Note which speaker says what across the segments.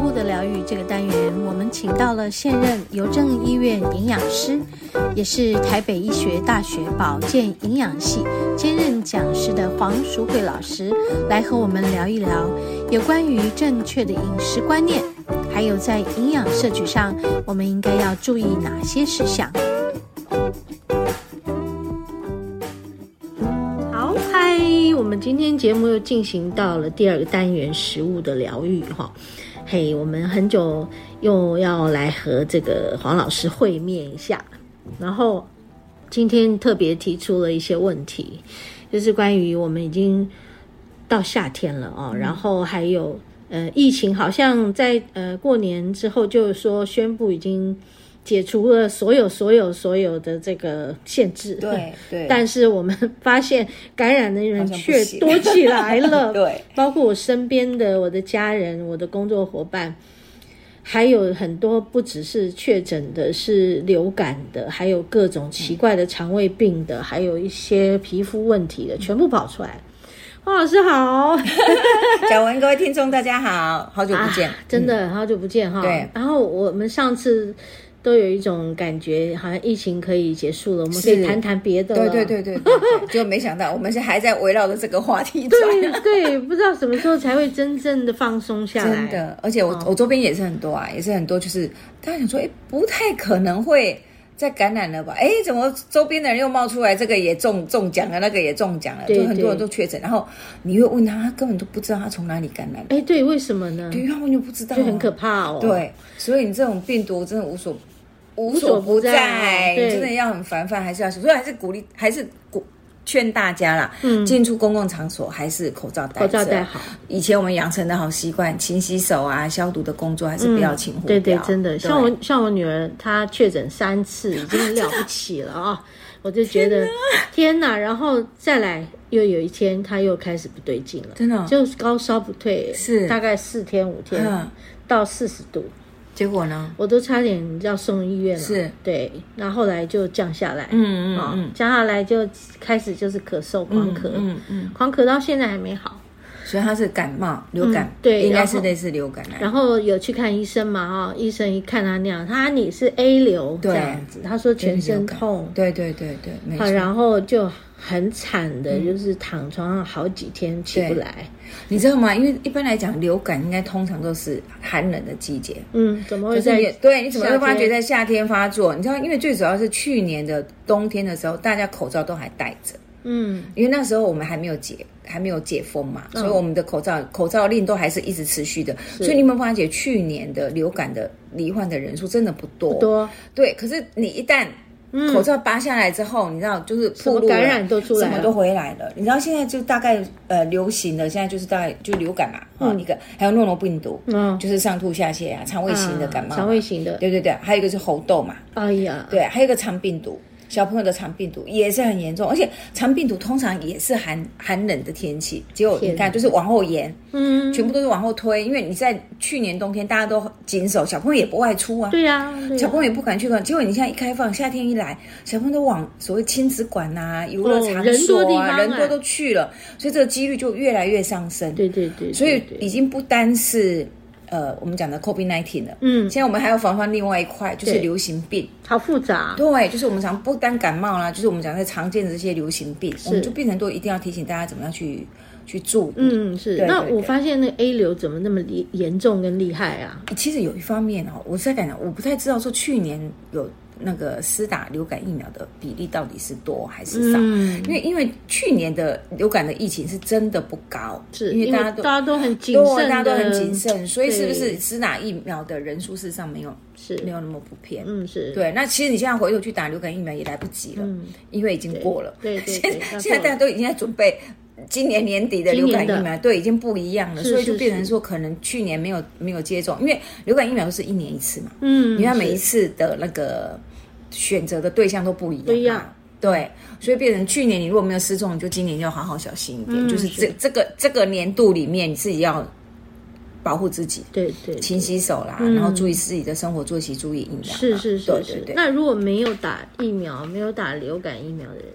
Speaker 1: 物的疗愈这个单元，我们请到了现任邮政医院营养师，也是台北医学大学保健营养系兼任讲师的黄淑慧老师，来和我们聊一聊有关于正确的饮食观念，还有在营养摄取上，我们应该要注意哪些事项。好，嗨，我们今天节目又进行到了第二个单元食物的疗愈哈。嘿，我们很久又要来和这个黄老师会面一下，然后今天特别提出了一些问题，就是关于我们已经到夏天了哦，然后还有呃疫情好像在呃过年之后就是说宣布已经解除了所有所有所有的这个限制，
Speaker 2: 对对，
Speaker 1: 但是我们发现感染的人却
Speaker 2: 好像不行
Speaker 1: 多起来 了，
Speaker 2: 对，
Speaker 1: 包括我身边的我的家人、我的工作伙伴，还有很多不只是确诊的，是流感的，还有各种奇怪的肠胃病的，还有一些皮肤问题
Speaker 2: 嗯
Speaker 1: 的，全部跑出来。黄老师好，
Speaker 2: 小文各位听众大家好，好久不见，嗯
Speaker 1: 啊真的好久不见哈。
Speaker 2: 对
Speaker 1: 然后我们上次。都有一种感觉，好像疫情可以结束了，我们可以
Speaker 2: 是
Speaker 1: 谈谈别的了。
Speaker 2: 对对对对对，对就没想到我们是还在围绕着这个话题转，
Speaker 1: 对对，不知道什么时候才会真正的放松下来。嗯
Speaker 2: 真，的，而且我、我周边也是很多啊，也是很多，就是大家想说，哎，不太可能会。再感染了吧？哎，怎么周边的人又冒出来？这个也中中奖了，那个也中奖了，
Speaker 1: 对
Speaker 2: 就很多人
Speaker 1: 对
Speaker 2: 都确诊。然后你会问他，他根本都不知道他从哪里感染的，
Speaker 1: 哎，对，为什么呢？
Speaker 2: 对，因为他们就不知道啊，
Speaker 1: 就很可怕哦。，
Speaker 2: 对，所以你这种病毒真的无所无
Speaker 1: 所
Speaker 2: 所
Speaker 1: 不
Speaker 2: 不
Speaker 1: 在
Speaker 2: 在，
Speaker 1: 对
Speaker 2: 你真的要很防范，还是要所以还是鼓励，还是鼓劝大家啦，
Speaker 1: 嗯
Speaker 2: 进出公共场所还是口罩戴
Speaker 1: 口
Speaker 2: 着。
Speaker 1: 罩戴好，
Speaker 2: 以前我们养成的好习惯，勤洗手啊、消毒的工作还是不要轻忽掉、
Speaker 1: 对嗯对，真的，像
Speaker 2: 对
Speaker 1: 我像我女儿，她确诊三 次，已经了不起了啊、我就觉得天哪，然后再来，又有一天她又开始不对劲了，
Speaker 2: 真的哦
Speaker 1: 就是高烧不退，
Speaker 2: 是
Speaker 1: 大概四天五天、
Speaker 2: 嗯，
Speaker 1: 到四十度，
Speaker 2: 结果呢？
Speaker 1: 我都差点要送医院了。
Speaker 2: 是，
Speaker 1: 对，那后来就降下来，
Speaker 2: 嗯嗯
Speaker 1: 啊、
Speaker 2: 嗯
Speaker 1: 降下来就开始就是咳嗽，狂咳，
Speaker 2: 嗯嗯，
Speaker 1: 狂咳到现在还没好。
Speaker 2: 所以它是感冒、流感，
Speaker 1: 嗯对
Speaker 2: 应该
Speaker 1: 然
Speaker 2: 是
Speaker 1: 后
Speaker 2: 类似流感啊来的。
Speaker 1: 然后有去看医生嘛，哈、医生一看他那样，他你是 A 流这
Speaker 2: 对
Speaker 1: 样子，他说全身痛，
Speaker 2: 对对对对，没
Speaker 1: 好，
Speaker 2: 错。嗯
Speaker 1: 然后就很惨的，就是躺床上好几天起不来，
Speaker 2: 你知道吗？因为一般来讲，流感应该通常都是寒冷的季节，
Speaker 1: 嗯，怎么会
Speaker 2: 可是
Speaker 1: 在
Speaker 2: 你对你怎么
Speaker 1: 夏
Speaker 2: 会发觉
Speaker 1: 天
Speaker 2: 在夏天发作？你知道，因为最主要是去年的冬天的时候，大家口罩都还戴着，
Speaker 1: 嗯
Speaker 2: 因为那时候我们还没有解还没有解封嘛，所以我们的口罩口罩令都还是一直持续的。所以你有没有发觉去年的流感的罹患的人数真的不多？
Speaker 1: 多
Speaker 2: 对，可是你一旦口罩拔下来之后，你知道就是
Speaker 1: 什么
Speaker 2: 暴露了
Speaker 1: 感染都出来了
Speaker 2: 什么都回来了。你知道现在就大概呃流行的现在就是大概就流感嘛，啊、一个还有诺罗病毒，
Speaker 1: 嗯
Speaker 2: 就是上吐下泻啊，肠胃型的感冒嘛、
Speaker 1: 啊肠胃型的，
Speaker 2: 对对对，还有一个是猴痘嘛，
Speaker 1: 哎呀，
Speaker 2: 对，还有一个肠病毒，小朋友的肠病毒也是很严重，而且肠病毒通常也是寒寒冷的天气，结果你
Speaker 1: 天哪
Speaker 2: 看就是往后延，
Speaker 1: 嗯，
Speaker 2: 全部都是往后推，因为你在去年冬天大家都紧守，小朋友也不外出啊。
Speaker 1: 对呀、对呀
Speaker 2: 小朋友也不敢去管，结果你现在一开放，夏天一来，小朋友都往所谓亲子馆啊、游乐场
Speaker 1: 人多
Speaker 2: 所
Speaker 1: 地方啊
Speaker 2: 啊，人多都去了，所以这个几率就越来越上升。
Speaker 1: 对对对，
Speaker 2: 所以
Speaker 1: 对对
Speaker 2: 已经不单是呃我们讲的 COVID nineteen 了，
Speaker 1: 嗯，
Speaker 2: 现在我们还要防范另外一块，就是
Speaker 1: 对
Speaker 2: 流行病。
Speaker 1: 好复杂，
Speaker 2: 对，就是我们常不单感冒啦，就是我们讲的常见的这些流行病，我们就变成都一定要提醒大家怎么样去去注意。
Speaker 1: 嗯是。
Speaker 2: 对
Speaker 1: 那
Speaker 2: 对
Speaker 1: 我
Speaker 2: 对
Speaker 1: 发现那个 A 流怎么那么厉严重跟厉害啊？
Speaker 2: 其实有一方面哦，我是在感觉，我不太知道说去年有那个施打流感疫苗的比例到底是多还是少。
Speaker 1: 嗯，
Speaker 2: 因为因为去年的流感的疫情是真的不高，
Speaker 1: 是
Speaker 2: 因为大家
Speaker 1: 大
Speaker 2: 都
Speaker 1: 家都很谨
Speaker 2: 对
Speaker 1: 慎，
Speaker 2: 大家都很谨，慎，所以
Speaker 1: 对
Speaker 2: 是不是施打疫苗的人数事实上没有
Speaker 1: 是
Speaker 2: 没有那么普遍？
Speaker 1: 嗯是，
Speaker 2: 对，那其实你现在回头去打流感疫苗也来不及了，因为已经过了。
Speaker 1: 嗯对对对
Speaker 2: 现
Speaker 1: 要
Speaker 2: 在现在
Speaker 1: 过了
Speaker 2: 大家都已经在准备今年年底的流感
Speaker 1: 今
Speaker 2: 疫
Speaker 1: 年
Speaker 2: 苗，对，已经不一样了，
Speaker 1: 是
Speaker 2: 所以就是变
Speaker 1: 是
Speaker 2: 成说可能去年没有没有接种，因为流感疫苗都是一年一次嘛，
Speaker 1: 嗯，
Speaker 2: 你看每
Speaker 1: 是
Speaker 2: 一次的那个选择的对象都不一样嘛，
Speaker 1: 不一样
Speaker 2: 对，所以变成去年你如果没有失中，你就今年要好好小心一点，
Speaker 1: 嗯
Speaker 2: 就是这
Speaker 1: 是
Speaker 2: 这个这个年度里面你自己要保护自己，
Speaker 1: 对对，
Speaker 2: 勤洗手啦，然后注意自己的生活作息，注意饮量啦。
Speaker 1: 嗯是是是
Speaker 2: 啊对
Speaker 1: 是
Speaker 2: 对对。
Speaker 1: 那如果没有打疫苗、没有打流感疫苗的人，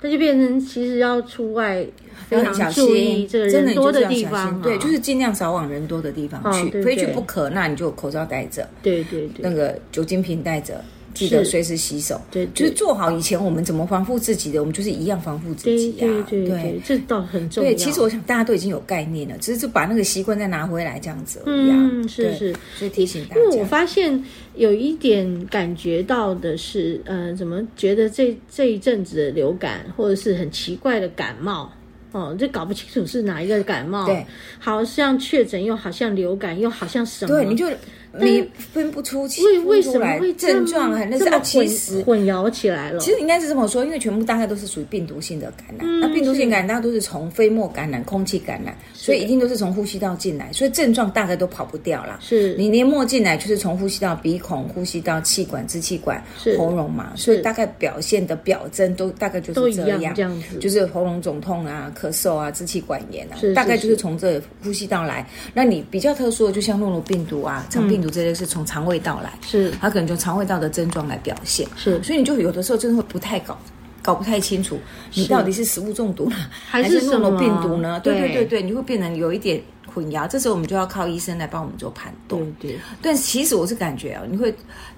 Speaker 1: 那就变成其实要出外非
Speaker 2: 很小
Speaker 1: 常注意
Speaker 2: 心，
Speaker 1: 这个
Speaker 2: 真的
Speaker 1: 人
Speaker 2: 你就
Speaker 1: 多
Speaker 2: 是
Speaker 1: 的
Speaker 2: 要
Speaker 1: 地
Speaker 2: 小
Speaker 1: 方
Speaker 2: 心
Speaker 1: 啊，
Speaker 2: 对，就是尽量少往人多的地方
Speaker 1: 哦
Speaker 2: 去，
Speaker 1: 对
Speaker 2: 非去
Speaker 1: 对
Speaker 2: 不可，那你就口罩戴着，
Speaker 1: 对对对
Speaker 2: 那个酒精瓶带着，记得
Speaker 1: 是
Speaker 2: 随时洗手。
Speaker 1: 对
Speaker 2: 就是
Speaker 1: 对
Speaker 2: 做好以前我们怎么防护自己的，我们就是一样防护自
Speaker 1: 对
Speaker 2: 己呀、
Speaker 1: 对对对，这倒很重要。
Speaker 2: 对，其实我想大家都已经有概念了，只是就把那个习惯再拿回来这样子而已啊。
Speaker 1: 嗯是
Speaker 2: 对
Speaker 1: 是，
Speaker 2: 所以提醒大
Speaker 1: 因嗯为我
Speaker 2: 家。
Speaker 1: 发现有一点感觉到的是，呃，怎么觉得这这一阵子的流感或者是很奇怪的感冒，哦，这搞不清楚是哪一个感冒，
Speaker 2: 对，
Speaker 1: 好像确诊又好像流感又好像什么，
Speaker 2: 对，你就
Speaker 1: 是
Speaker 2: 你分不出其
Speaker 1: 嗯为
Speaker 2: 分
Speaker 1: 为
Speaker 2: 出
Speaker 1: 什么
Speaker 2: 来
Speaker 1: 会这
Speaker 2: 症
Speaker 1: 么
Speaker 2: 状还那
Speaker 1: 这
Speaker 2: 是
Speaker 1: 么
Speaker 2: 啊，
Speaker 1: 混
Speaker 2: 其实
Speaker 1: 混淆起来了？
Speaker 2: 其实应该是这么说，因为全部大概都是属于病毒性的感染。
Speaker 1: 嗯
Speaker 2: 那病毒性感染大家都是从飞沫感染、空气感染，所以一定都是从呼吸道进来，所以症状大概都跑不掉啦。
Speaker 1: 是
Speaker 2: 你黏膜进来就是从呼吸道、鼻孔、呼吸道、气管、支气管
Speaker 1: 是、
Speaker 2: 喉咙嘛，所以大概表现的表征都大概就
Speaker 1: 都
Speaker 2: 是
Speaker 1: 一
Speaker 2: 这
Speaker 1: 样这样子，
Speaker 2: 就是喉咙肿痛啊、咳嗽啊、支气管炎啊，
Speaker 1: 是是
Speaker 2: 大概就是
Speaker 1: 是
Speaker 2: 从这呼吸道来。那你比较特殊的，就像诺如病毒啊、肠病毒这类是从肠胃道来，
Speaker 1: 嗯是
Speaker 2: 它可能就肠胃道的症状来表现。
Speaker 1: 是
Speaker 2: 所以你就有的时候真的会不太搞。搞不太清楚，你到底是食物中毒呢，
Speaker 1: 还是
Speaker 2: 是诺
Speaker 1: 什么啊
Speaker 2: 如病毒呢？对
Speaker 1: 对
Speaker 2: 对对对，你会变成有一点混淆。这时候我们就要靠医生来帮我们做判断
Speaker 1: 对。对
Speaker 2: 但其实我是感觉哦，你会，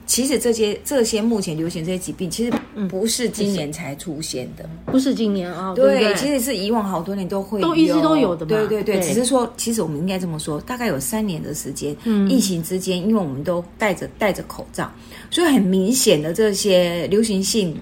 Speaker 2: 其实这些这些目前流行这些疾病，其实
Speaker 1: 嗯
Speaker 2: 不是今年才出现的，
Speaker 1: 不是今年啊、
Speaker 2: 对，
Speaker 1: 不对
Speaker 2: 其实是以往好多年都会
Speaker 1: 都一直都有的嘛
Speaker 2: 对对对，
Speaker 1: 对
Speaker 2: 只是说，其实我们应该这么说，大概有三年的时间，
Speaker 1: 嗯
Speaker 2: 疫情之间，因为我们都戴着戴着口罩，所以很明显的这些流行性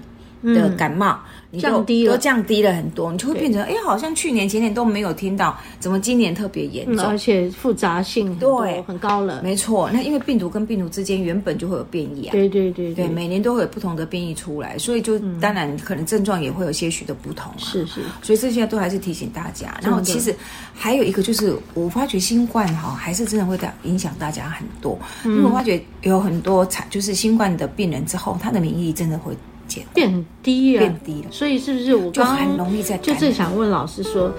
Speaker 2: 的
Speaker 1: 嗯
Speaker 2: 感冒。你都
Speaker 1: 降低了
Speaker 2: 都降低了很多，你就会
Speaker 1: 对
Speaker 2: 变成哎，好像去年前年都没有听到，怎么今年特别严
Speaker 1: 嗯
Speaker 2: 重？
Speaker 1: 而且复杂性很多
Speaker 2: 对
Speaker 1: 很高了，
Speaker 2: 没错，那因为病毒跟病毒之间原本就会有变异啊，
Speaker 1: 对嗯对对
Speaker 2: 对，每年都会有不同的变异出来，所以就当然可能症状也会有些许的不同啊。
Speaker 1: 是是
Speaker 2: 所以这些都还是提醒大家。
Speaker 1: 真的
Speaker 2: 然后其实还有一个就是，我发觉新冠哈还是真的会大影响大家很多，因为我发觉有很多产就是新冠的病人之后，他的免疫力真的会减
Speaker 1: 变很低啊，
Speaker 2: 变低了，
Speaker 1: 所以是不是我
Speaker 2: 就
Speaker 1: 刚
Speaker 2: 很容易再
Speaker 1: 就
Speaker 2: 感
Speaker 1: 正
Speaker 2: 染。
Speaker 1: 想问老师说，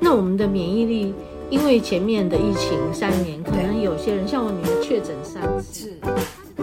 Speaker 1: 那我们的免疫力，因为前面的疫情三年，可能有些人像我女儿确诊三次，
Speaker 2: 是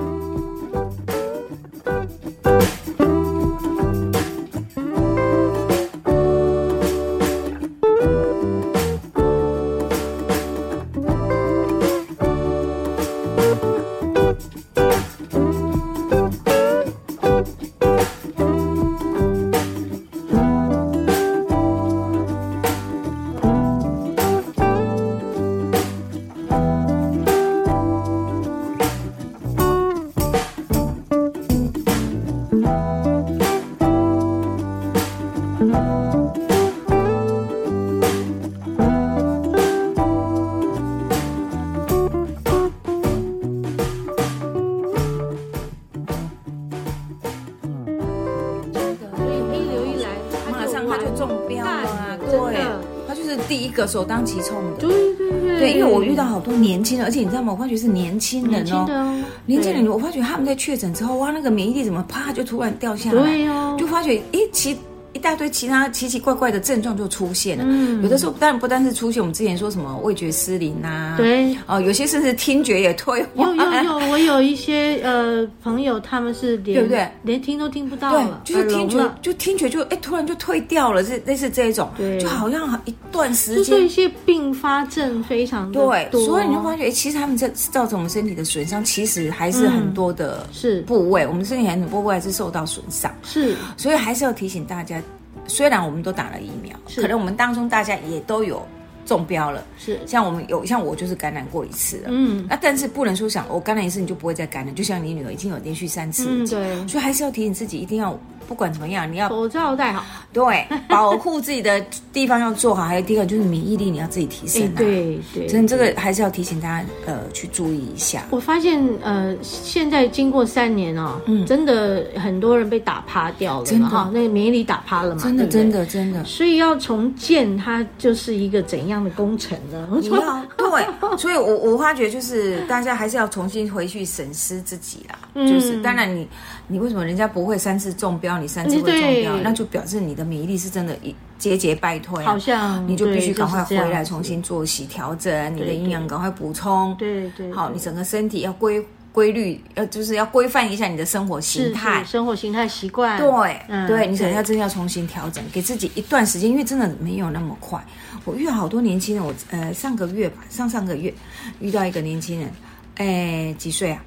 Speaker 1: 所以一流一来，
Speaker 2: 马上他就中标了啊，
Speaker 1: 完蛋真
Speaker 2: 对
Speaker 1: 的，
Speaker 2: 他就是第一个首当其冲的。
Speaker 1: 对对对，
Speaker 2: 对，因为我遇到好多年轻人，而且你知道吗？我发觉是年轻人
Speaker 1: 年轻
Speaker 2: 哦，
Speaker 1: 的哦，
Speaker 2: 年轻人，我发觉他们在确诊之后，哇，那个免疫力怎么啪就突然掉下来？
Speaker 1: 对哦，
Speaker 2: 就发觉诶，其一大堆其他奇奇怪怪的症状就出现了。
Speaker 1: 嗯
Speaker 2: 有的时候当然不单是出现，我们之前说什么味觉失灵啊，，
Speaker 1: 对。
Speaker 2: 哦、有些甚至听觉也退化，
Speaker 1: 有有有，我有一些呃朋友，他们是连
Speaker 2: 啊对不对
Speaker 1: 连听都听不到
Speaker 2: 对
Speaker 1: 了，，
Speaker 2: 就是听
Speaker 1: 耳聋
Speaker 2: 觉
Speaker 1: 哎了，
Speaker 2: 就听觉就诶，突然就退掉了，这类似这一种
Speaker 1: 对，
Speaker 2: 就好像一段时
Speaker 1: 就
Speaker 2: 间
Speaker 1: 是一些并发症非常的
Speaker 2: 对，
Speaker 1: 多，
Speaker 2: 所以你就发觉，诶其实他们这造成我们身体的损伤，其实还是
Speaker 1: 嗯
Speaker 2: 很多的
Speaker 1: 是
Speaker 2: 部位，我们身体很多部位还是受到损伤，
Speaker 1: 是
Speaker 2: 所以还是要提醒大家，虽然我们都打了疫苗，
Speaker 1: 是
Speaker 2: 可能我们当中大家也都有中标了，
Speaker 1: 是，
Speaker 2: 像我们有像我就是感染过一次了，
Speaker 1: 嗯
Speaker 2: 那但是不能说想我感染一次你就不会再感染，就像你女儿已经有连续三次，
Speaker 1: 嗯，对，
Speaker 2: 所以还是要提醒自己，一定要不管怎么样，你要
Speaker 1: 口罩戴好，哎
Speaker 2: 对保护自己的地方要做好，还有第一个就是免疫力你要自己提升
Speaker 1: 哎，
Speaker 2: 啊。
Speaker 1: 对对，
Speaker 2: 真的，这个还是要提醒大家，呃，去注意一下。
Speaker 1: 我发现，呃，现在经过三年哦，
Speaker 2: 嗯
Speaker 1: 真的很多人被打趴掉了
Speaker 2: 真的
Speaker 1: 嘛哈，那个免疫力打趴了嘛，
Speaker 2: 真的，
Speaker 1: 对
Speaker 2: 真。
Speaker 1: 不对
Speaker 2: 的，真的，
Speaker 1: 所以要重建，它就是一个怎样的工程呢？我
Speaker 2: 你
Speaker 1: 说
Speaker 2: 要对，所以我我发觉就是大家还是要重新回去审视自己啦。
Speaker 1: 嗯
Speaker 2: 就是当然你你为什么人家不会三次中标，你三次会中
Speaker 1: 嗯对
Speaker 2: 标，那就表示你的免疫力是真的一节节败退、啊
Speaker 1: 好。像
Speaker 2: 你就必须
Speaker 1: 对
Speaker 2: 赶快
Speaker 1: 就
Speaker 2: 回
Speaker 1: 是这样
Speaker 2: 来重新作息调整，你的
Speaker 1: 对
Speaker 2: 营养赶快补充，
Speaker 1: 对对，
Speaker 2: 好，
Speaker 1: 对
Speaker 2: 你整个身体要规规律，呃，就是要规范一下你的生活
Speaker 1: 是
Speaker 2: 形态
Speaker 1: 是。生活形态习惯，
Speaker 2: 对，
Speaker 1: 嗯
Speaker 2: 对，你可能要真的要重新调整，给自己一段时间，因为真的没有那么快。我遇到好多年轻人，我呃上个月吧，上上个月遇到一个年轻人，哎，几岁啊？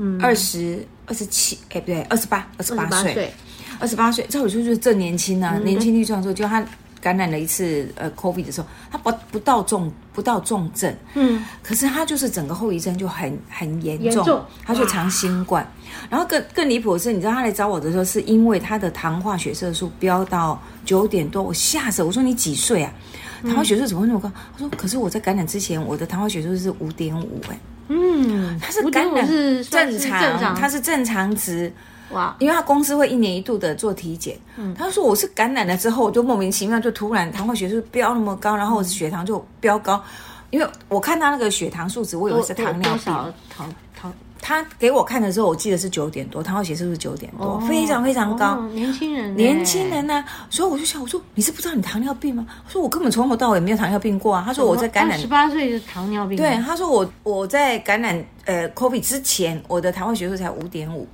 Speaker 1: 嗯
Speaker 2: 二十二十七，哎，不对，二十八，二十八
Speaker 1: 八
Speaker 2: 岁，
Speaker 1: 岁，
Speaker 2: 二十八岁，照理说就是正年轻啊，
Speaker 1: 嗯
Speaker 2: 年轻力壮的时候，就他感染了一次呃 COVID 的时候，他不不到重不到重症，
Speaker 1: 嗯，
Speaker 2: 可是他就是整个后遗症就很很严
Speaker 1: 严
Speaker 2: 重，
Speaker 1: 重
Speaker 2: 他就长新冠。然后更更离谱的是，你知道他来找我的时候，是因为他的糖化血色素飙到九点多，我吓死了，我说你几岁啊？
Speaker 1: 嗯
Speaker 2: 糖化血色素怎么会那么高？他说，可是我在感染之前，我的糖化血色素是五点五，哎，
Speaker 1: 嗯，
Speaker 2: 他是
Speaker 1: 我觉
Speaker 2: 感
Speaker 1: 得我
Speaker 2: 染
Speaker 1: 是算
Speaker 2: 正
Speaker 1: 是
Speaker 2: 常，
Speaker 1: 正常，
Speaker 2: 他是正常值。
Speaker 1: 哇，
Speaker 2: 因为他公司会一年一度的做体检，
Speaker 1: 嗯
Speaker 2: 他说我是感染了之后，我就莫名其妙就突然糖化血素飙那么高，然后我的血糖就飙高，因为我看他那个血糖数值，我以为
Speaker 1: 多
Speaker 2: 是糖
Speaker 1: 多
Speaker 2: 尿
Speaker 1: 多
Speaker 2: 病。
Speaker 1: 少糖糖
Speaker 2: 他给我看的时候，我记得是九点多，糖化血素是九点多，
Speaker 1: 哦
Speaker 2: 非常非常高。
Speaker 1: 哦年轻人欸，
Speaker 2: 年轻人呢、啊所以我就想，我说你是不知道你糖尿病吗？我说我根本从头到尾没有糖尿病过啊。他说我在感染
Speaker 1: 哦十八岁就是糖尿病，啊
Speaker 2: 对，，他说我我在感染呃 COVID 之前，我的糖化血素才五点五，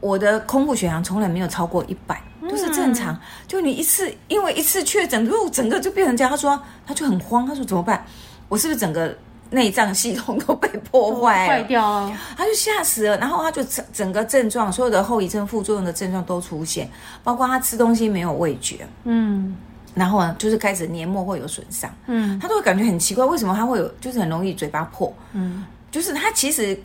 Speaker 2: 我的空腹血糖从来没有超过一百，都是正常。
Speaker 1: 嗯
Speaker 2: 就你一次，因为一次确诊，如果整个就变成这样，他说他就很慌，他说怎么办？我是不是整个内脏系统都被破坏
Speaker 1: 坏
Speaker 2: 了？
Speaker 1: 掉啊，
Speaker 2: 他就吓死了，然后他就整整个症状，所有的后遗症、副作用的症状都出现，包括他吃东西没有味觉，
Speaker 1: 嗯
Speaker 2: 然后呢，就是开始黏膜会有损伤，
Speaker 1: 嗯
Speaker 2: 他都会感觉很奇怪，为什么他会有，就是很容易嘴巴破，
Speaker 1: 嗯，
Speaker 2: 就是他其实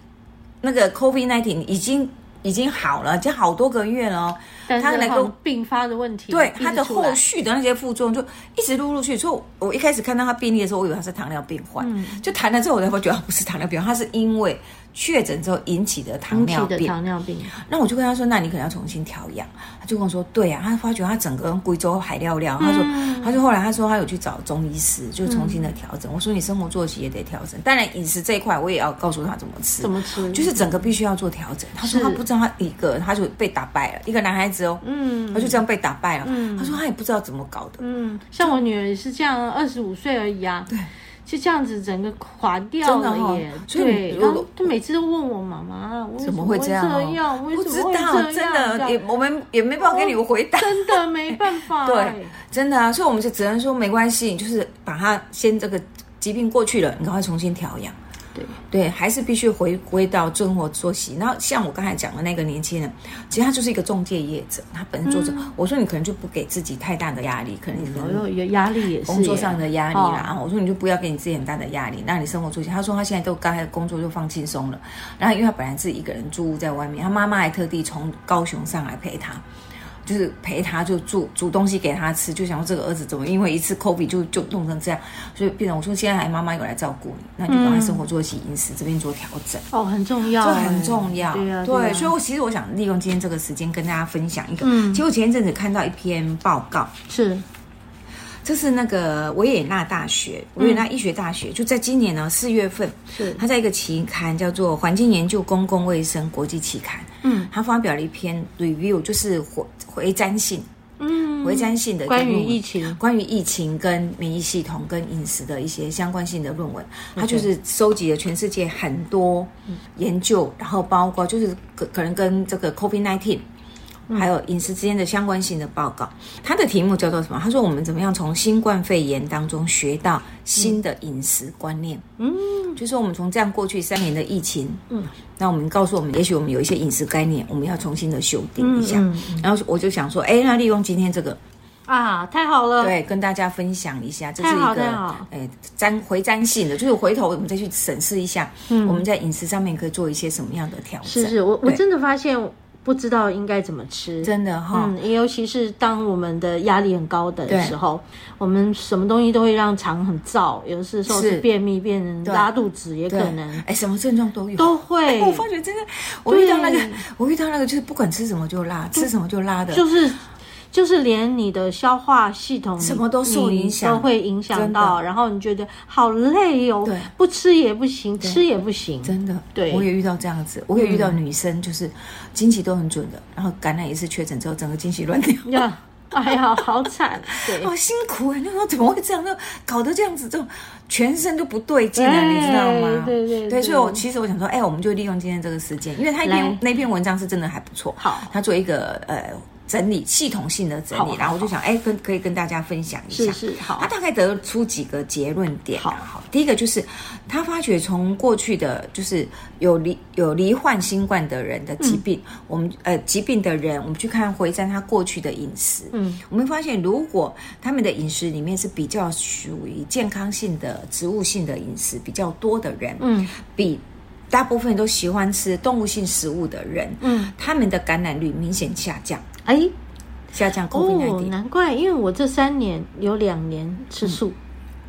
Speaker 2: 那个 COVID 1 9已经已经好了，已经好多个月了哦。
Speaker 1: 但是
Speaker 2: 他能
Speaker 1: 好
Speaker 2: 够
Speaker 1: 像并发的问题，
Speaker 2: 对他的
Speaker 1: 嗯出来
Speaker 2: 后续的那些副作用就一直陆陆续续。所以我我一开始看到他病例的时候，我以为他是糖尿病患，
Speaker 1: 嗯
Speaker 2: 就谈了之后，我才发觉啊他不是糖尿病，他是因为确诊之后引起的糖
Speaker 1: 引起
Speaker 2: 尿
Speaker 1: 的
Speaker 2: 病。
Speaker 1: 糖尿病，
Speaker 2: 那我就跟他说，那你可能要重新调养。他就跟我说，对啊，他发觉他整个人贵州海尿尿。他说，
Speaker 1: 嗯
Speaker 2: 他就后来他说他有去找中医师，就重新的调整。我说你生活作息也得调整，当然饮食这一块我也要告诉他怎么吃
Speaker 1: 怎。么吃？
Speaker 2: 就是整个必须要做调整。他说
Speaker 1: 是
Speaker 2: 他不知道他一个他就被打败了，一个男孩子哦，
Speaker 1: 嗯
Speaker 2: 他就这样被打败了。他说他也不知道怎么搞的，
Speaker 1: 嗯，像我女儿也是这样，啊二十五岁而已啊，
Speaker 2: 对，
Speaker 1: 就这样子整个垮掉
Speaker 2: 真的
Speaker 1: 了
Speaker 2: 哦
Speaker 1: 耶。
Speaker 2: 所以
Speaker 1: 对，
Speaker 2: 如
Speaker 1: 然
Speaker 2: 果
Speaker 1: 后她每次都问我妈妈，我为
Speaker 2: 怎
Speaker 1: 么
Speaker 2: 么
Speaker 1: 会
Speaker 2: 会这样哦？
Speaker 1: 样？我
Speaker 2: 不
Speaker 1: 怎
Speaker 2: 知
Speaker 1: 么会
Speaker 2: 道，
Speaker 1: 这
Speaker 2: 真
Speaker 1: 样哦
Speaker 2: 的
Speaker 1: 这
Speaker 2: 也
Speaker 1: 样
Speaker 2: 我们也没办法给你回答。
Speaker 1: 真的没办法。 哎
Speaker 2: 对，真的啊，所以我们就只能说没关系，你就是把它先这个疾病过去了，你赶快重新调养。
Speaker 1: 对，
Speaker 2: 对，还是必须回归到生活作息。然后像我刚才讲的那个年轻人，其实他就是一个中介业者，他本身做着。
Speaker 1: 嗯
Speaker 2: 我说你可能就不给自己太大的压力，可能你可能
Speaker 1: 有有压力也是耶
Speaker 2: 工作上的压力啦。
Speaker 1: 哦
Speaker 2: 我说你就不要给你自己很大的压力，那你生活作息。他说他现在都刚才工作就放轻松了，然后因为他本来自己一个人住在外面，他妈妈还特地从高雄上来陪他。就是陪他，就煮煮东西给他吃，就想说这个儿子怎么因为一次 COVID 就就弄成这样，所以变成我说现在还妈妈有来照顾你，那你就赶快生活作息、饮食这边做调整。
Speaker 1: 哦，很重要
Speaker 2: 这
Speaker 1: 嗯哎，
Speaker 2: 很重要，
Speaker 1: 对啊，啊
Speaker 2: 所以我其实我想利用今天这个时间跟大家分享一个，
Speaker 1: 嗯
Speaker 2: 其实我前一阵子看到一篇报告，
Speaker 1: 是
Speaker 2: 这是那个维也纳大学，维也纳医学大学，就在今年呢四月份，
Speaker 1: 是，
Speaker 2: 它在一个期刊叫做《环境研究公共卫生国际期刊》，
Speaker 1: 嗯
Speaker 2: 它发表了一篇 review，就是回回瞻性、
Speaker 1: 嗯，
Speaker 2: 回瞻性的一个
Speaker 1: 关于
Speaker 2: 论文
Speaker 1: 疫情，
Speaker 2: 关于疫情跟免疫系统跟饮食的一些相关性的论文，它就是收集了全世界很多研究，然后包括就是可可能跟这个 COVID nineteen。还
Speaker 1: 嗯
Speaker 2: 有饮食之间的相关性的报告，它的题目叫做什么？他说我们怎么样从新冠肺炎当中学到新的饮食观念？嗯，就是我们从这样过去三年的疫情，
Speaker 1: 嗯，
Speaker 2: 那我们告诉我们，也许我们有一些饮食概念，我们要重新的修订一下。
Speaker 1: 嗯
Speaker 2: 然后我就想说，哎，那利用今天这个
Speaker 1: 啊，太好了，
Speaker 2: 对，跟大家分享一下，这是一
Speaker 1: 太好
Speaker 2: 个
Speaker 1: 太好
Speaker 2: 诶瞻回瞻性的，就是回头我们再去审视一下，我们在饮食上面可以做一些什么样的调整。
Speaker 1: 嗯是是，我我
Speaker 2: 对
Speaker 1: 真的发现不知道应该怎么吃，
Speaker 2: 真的哈、
Speaker 1: 嗯，尤其是当我们的压力很高的时候，我们什么东西都会让肠很燥，有的时候是
Speaker 2: 是
Speaker 1: 便秘，变成
Speaker 2: 对哎
Speaker 1: 拉肚子也
Speaker 2: 对
Speaker 1: 可能
Speaker 2: 哎，什么症状都有。
Speaker 1: 都会，
Speaker 2: 我发觉真的，我遇到那个
Speaker 1: 哎对，
Speaker 2: 我遇到那个，就是不管吃什么就拉，吃什么就拉的，
Speaker 1: 就是就是连你的消化系统
Speaker 2: 什么都受
Speaker 1: 你
Speaker 2: 影响
Speaker 1: 都会影响到，
Speaker 2: 真
Speaker 1: 然后你觉得好累哦
Speaker 2: 对，
Speaker 1: 不吃也不行，吃也不行，
Speaker 2: 真的。
Speaker 1: 对嗯
Speaker 2: 我也遇到这样子，我也 遇到女生，就是经期都很准的，然后感染一次确诊之后，整个经期乱掉。
Speaker 1: 呀，哎呀，好惨， 对，
Speaker 2: 好辛苦啊！那时候怎么会这样？那搞得这样子，这种全身都不对劲啊，你知道吗？
Speaker 1: 哎对对
Speaker 2: 对，所以我其实我想说，哎、我们就利用今天这个时间，因为他一
Speaker 1: 来
Speaker 2: 篇那篇文章是真的还不错，
Speaker 1: 好
Speaker 2: 他做一个呃整理系统性的整
Speaker 1: 好
Speaker 2: 理
Speaker 1: 好，
Speaker 2: 然后我就想，哎、跟可以跟大家分享一下，
Speaker 1: 是是好
Speaker 2: 他，大概得出几个结论点、啊。
Speaker 1: 好
Speaker 2: 第一个就是他发觉从过去的就是有罹有罹患新冠的人的
Speaker 1: 嗯
Speaker 2: 疾病，我们呃疾病的人，我们去看回站他过去的饮食，
Speaker 1: 嗯，
Speaker 2: 我们发现如果他们的饮食里面是比较属于健康性的植物性的饮食比较多的人，
Speaker 1: 嗯
Speaker 2: 比大部分都喜欢吃动物性食物的人，
Speaker 1: 嗯，
Speaker 2: 他们的感染率明显下降，
Speaker 1: 哎，
Speaker 2: 下降 c o v
Speaker 1: 哦，难怪，因为我这三年有两年吃素，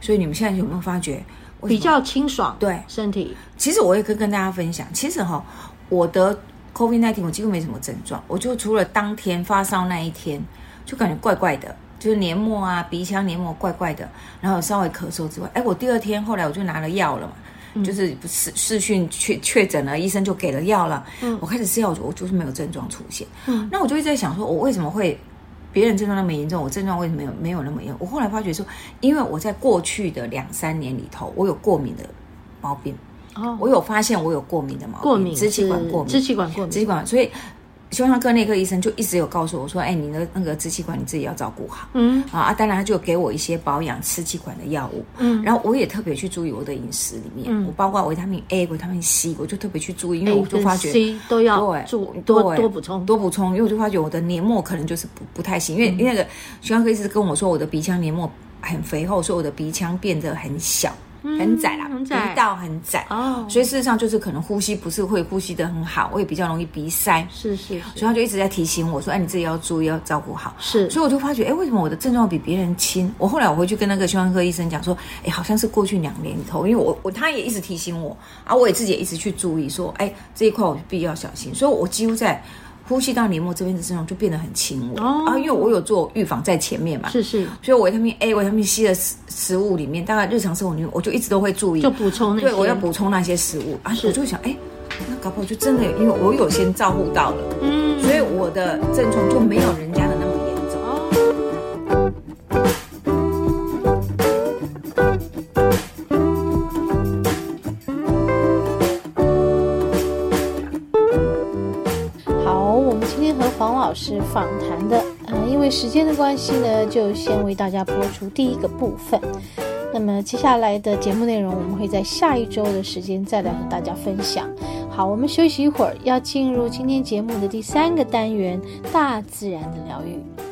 Speaker 2: 所以你们现在有没有发觉？嗯为什
Speaker 1: 比
Speaker 2: 么
Speaker 1: 较清爽，
Speaker 2: 对
Speaker 1: 身体，
Speaker 2: 其实我也可以跟大家分享，其实哈、我得 COVID 1 9我几乎没什么症状，我就除了当天发烧那一天，就感觉怪怪的，就是黏膜啊、鼻腔黏膜怪怪的，然后稍微咳嗽之外，哎，我第二天后来我就拿了药了嘛。
Speaker 1: 嗯
Speaker 2: 就是不是视讯确确诊了，医生就给了药了。
Speaker 1: 嗯
Speaker 2: 我开始吃药，我就我就是没有症状出现。
Speaker 1: 嗯
Speaker 2: 那我就一直在想说，我为什么会别人症状那么严重，我症状为什么没有没有那么严重？我后来发觉说，因为我在过去的两三年里头，我有过敏的毛病。
Speaker 1: 哦，
Speaker 2: 我有发现我有过敏的毛病，
Speaker 1: 过敏
Speaker 2: 支气管
Speaker 1: 是
Speaker 2: 过敏，
Speaker 1: 支气管过
Speaker 2: 支
Speaker 1: 敏，
Speaker 2: 气管，所以胸腔科内科医生就一直有告诉我说，哎，你的那个支气管你自己要照顾好。
Speaker 1: 嗯
Speaker 2: 啊，当然他就给我一些保养支气管的药物，
Speaker 1: 嗯，
Speaker 2: 然后我也特别去注意我的饮食里面，
Speaker 1: 嗯
Speaker 2: 我包括维他命 A、维他命 C，我就特别去注意，因为
Speaker 1: A
Speaker 2: 我就发
Speaker 1: 跟
Speaker 2: 觉
Speaker 1: C 都要
Speaker 2: 对
Speaker 1: 注
Speaker 2: 对
Speaker 1: 多多补充，嗯
Speaker 2: 多补充，因为我就发觉我的黏膜可能就是不不太行，因为、因为那个胸腔科医师跟我说我的鼻腔黏膜很肥厚，所以我的鼻腔变得很小、
Speaker 1: 嗯
Speaker 2: 很窄啦，
Speaker 1: 很窄
Speaker 2: 鼻道很窄，
Speaker 1: 哦，
Speaker 2: 所以事实上就是可能呼吸不是会呼吸的很好，我也比较容易鼻塞，
Speaker 1: 是是
Speaker 2: 所以他就一直在提醒我说：“哎，你自己要注意，要照顾好。”
Speaker 1: 是是，
Speaker 2: 所以我就发觉，哎，为什么我的症状比别人轻？我后来我回去跟那个胸腔科医生讲说，哎，好像是过去两年里头，因为我我他也一直提醒我啊，我也自己也一直去注意说，哎，这一块我必须要小心。所以我几乎在呼吸道黏膜这边的症状就变得很轻微、
Speaker 1: 哦
Speaker 2: 啊，因为我有做预防在前面嘛，
Speaker 1: 是是，
Speaker 2: 所以维他命 A、维他命 C 的食食物里面，大概日常生活里面我就一直都会注意，
Speaker 1: 就补充那些，
Speaker 2: 对，我要补充那些食物啊，
Speaker 1: 是
Speaker 2: 我就会想，哎、那搞不好就真的有，因为我有先照顾到了，
Speaker 1: 嗯，
Speaker 2: 所以我的症状就没有人家的那么严重。
Speaker 1: 哦。好，我们今天和黄老师访谈的，呃，因为时间的关系呢，就先为大家播出第一个部分。那么接下来的节目内容，我们会在下一周的时间再来和大家分享。好，我们休息一会儿，要进入今天节目的第三个单元——大自然的疗愈。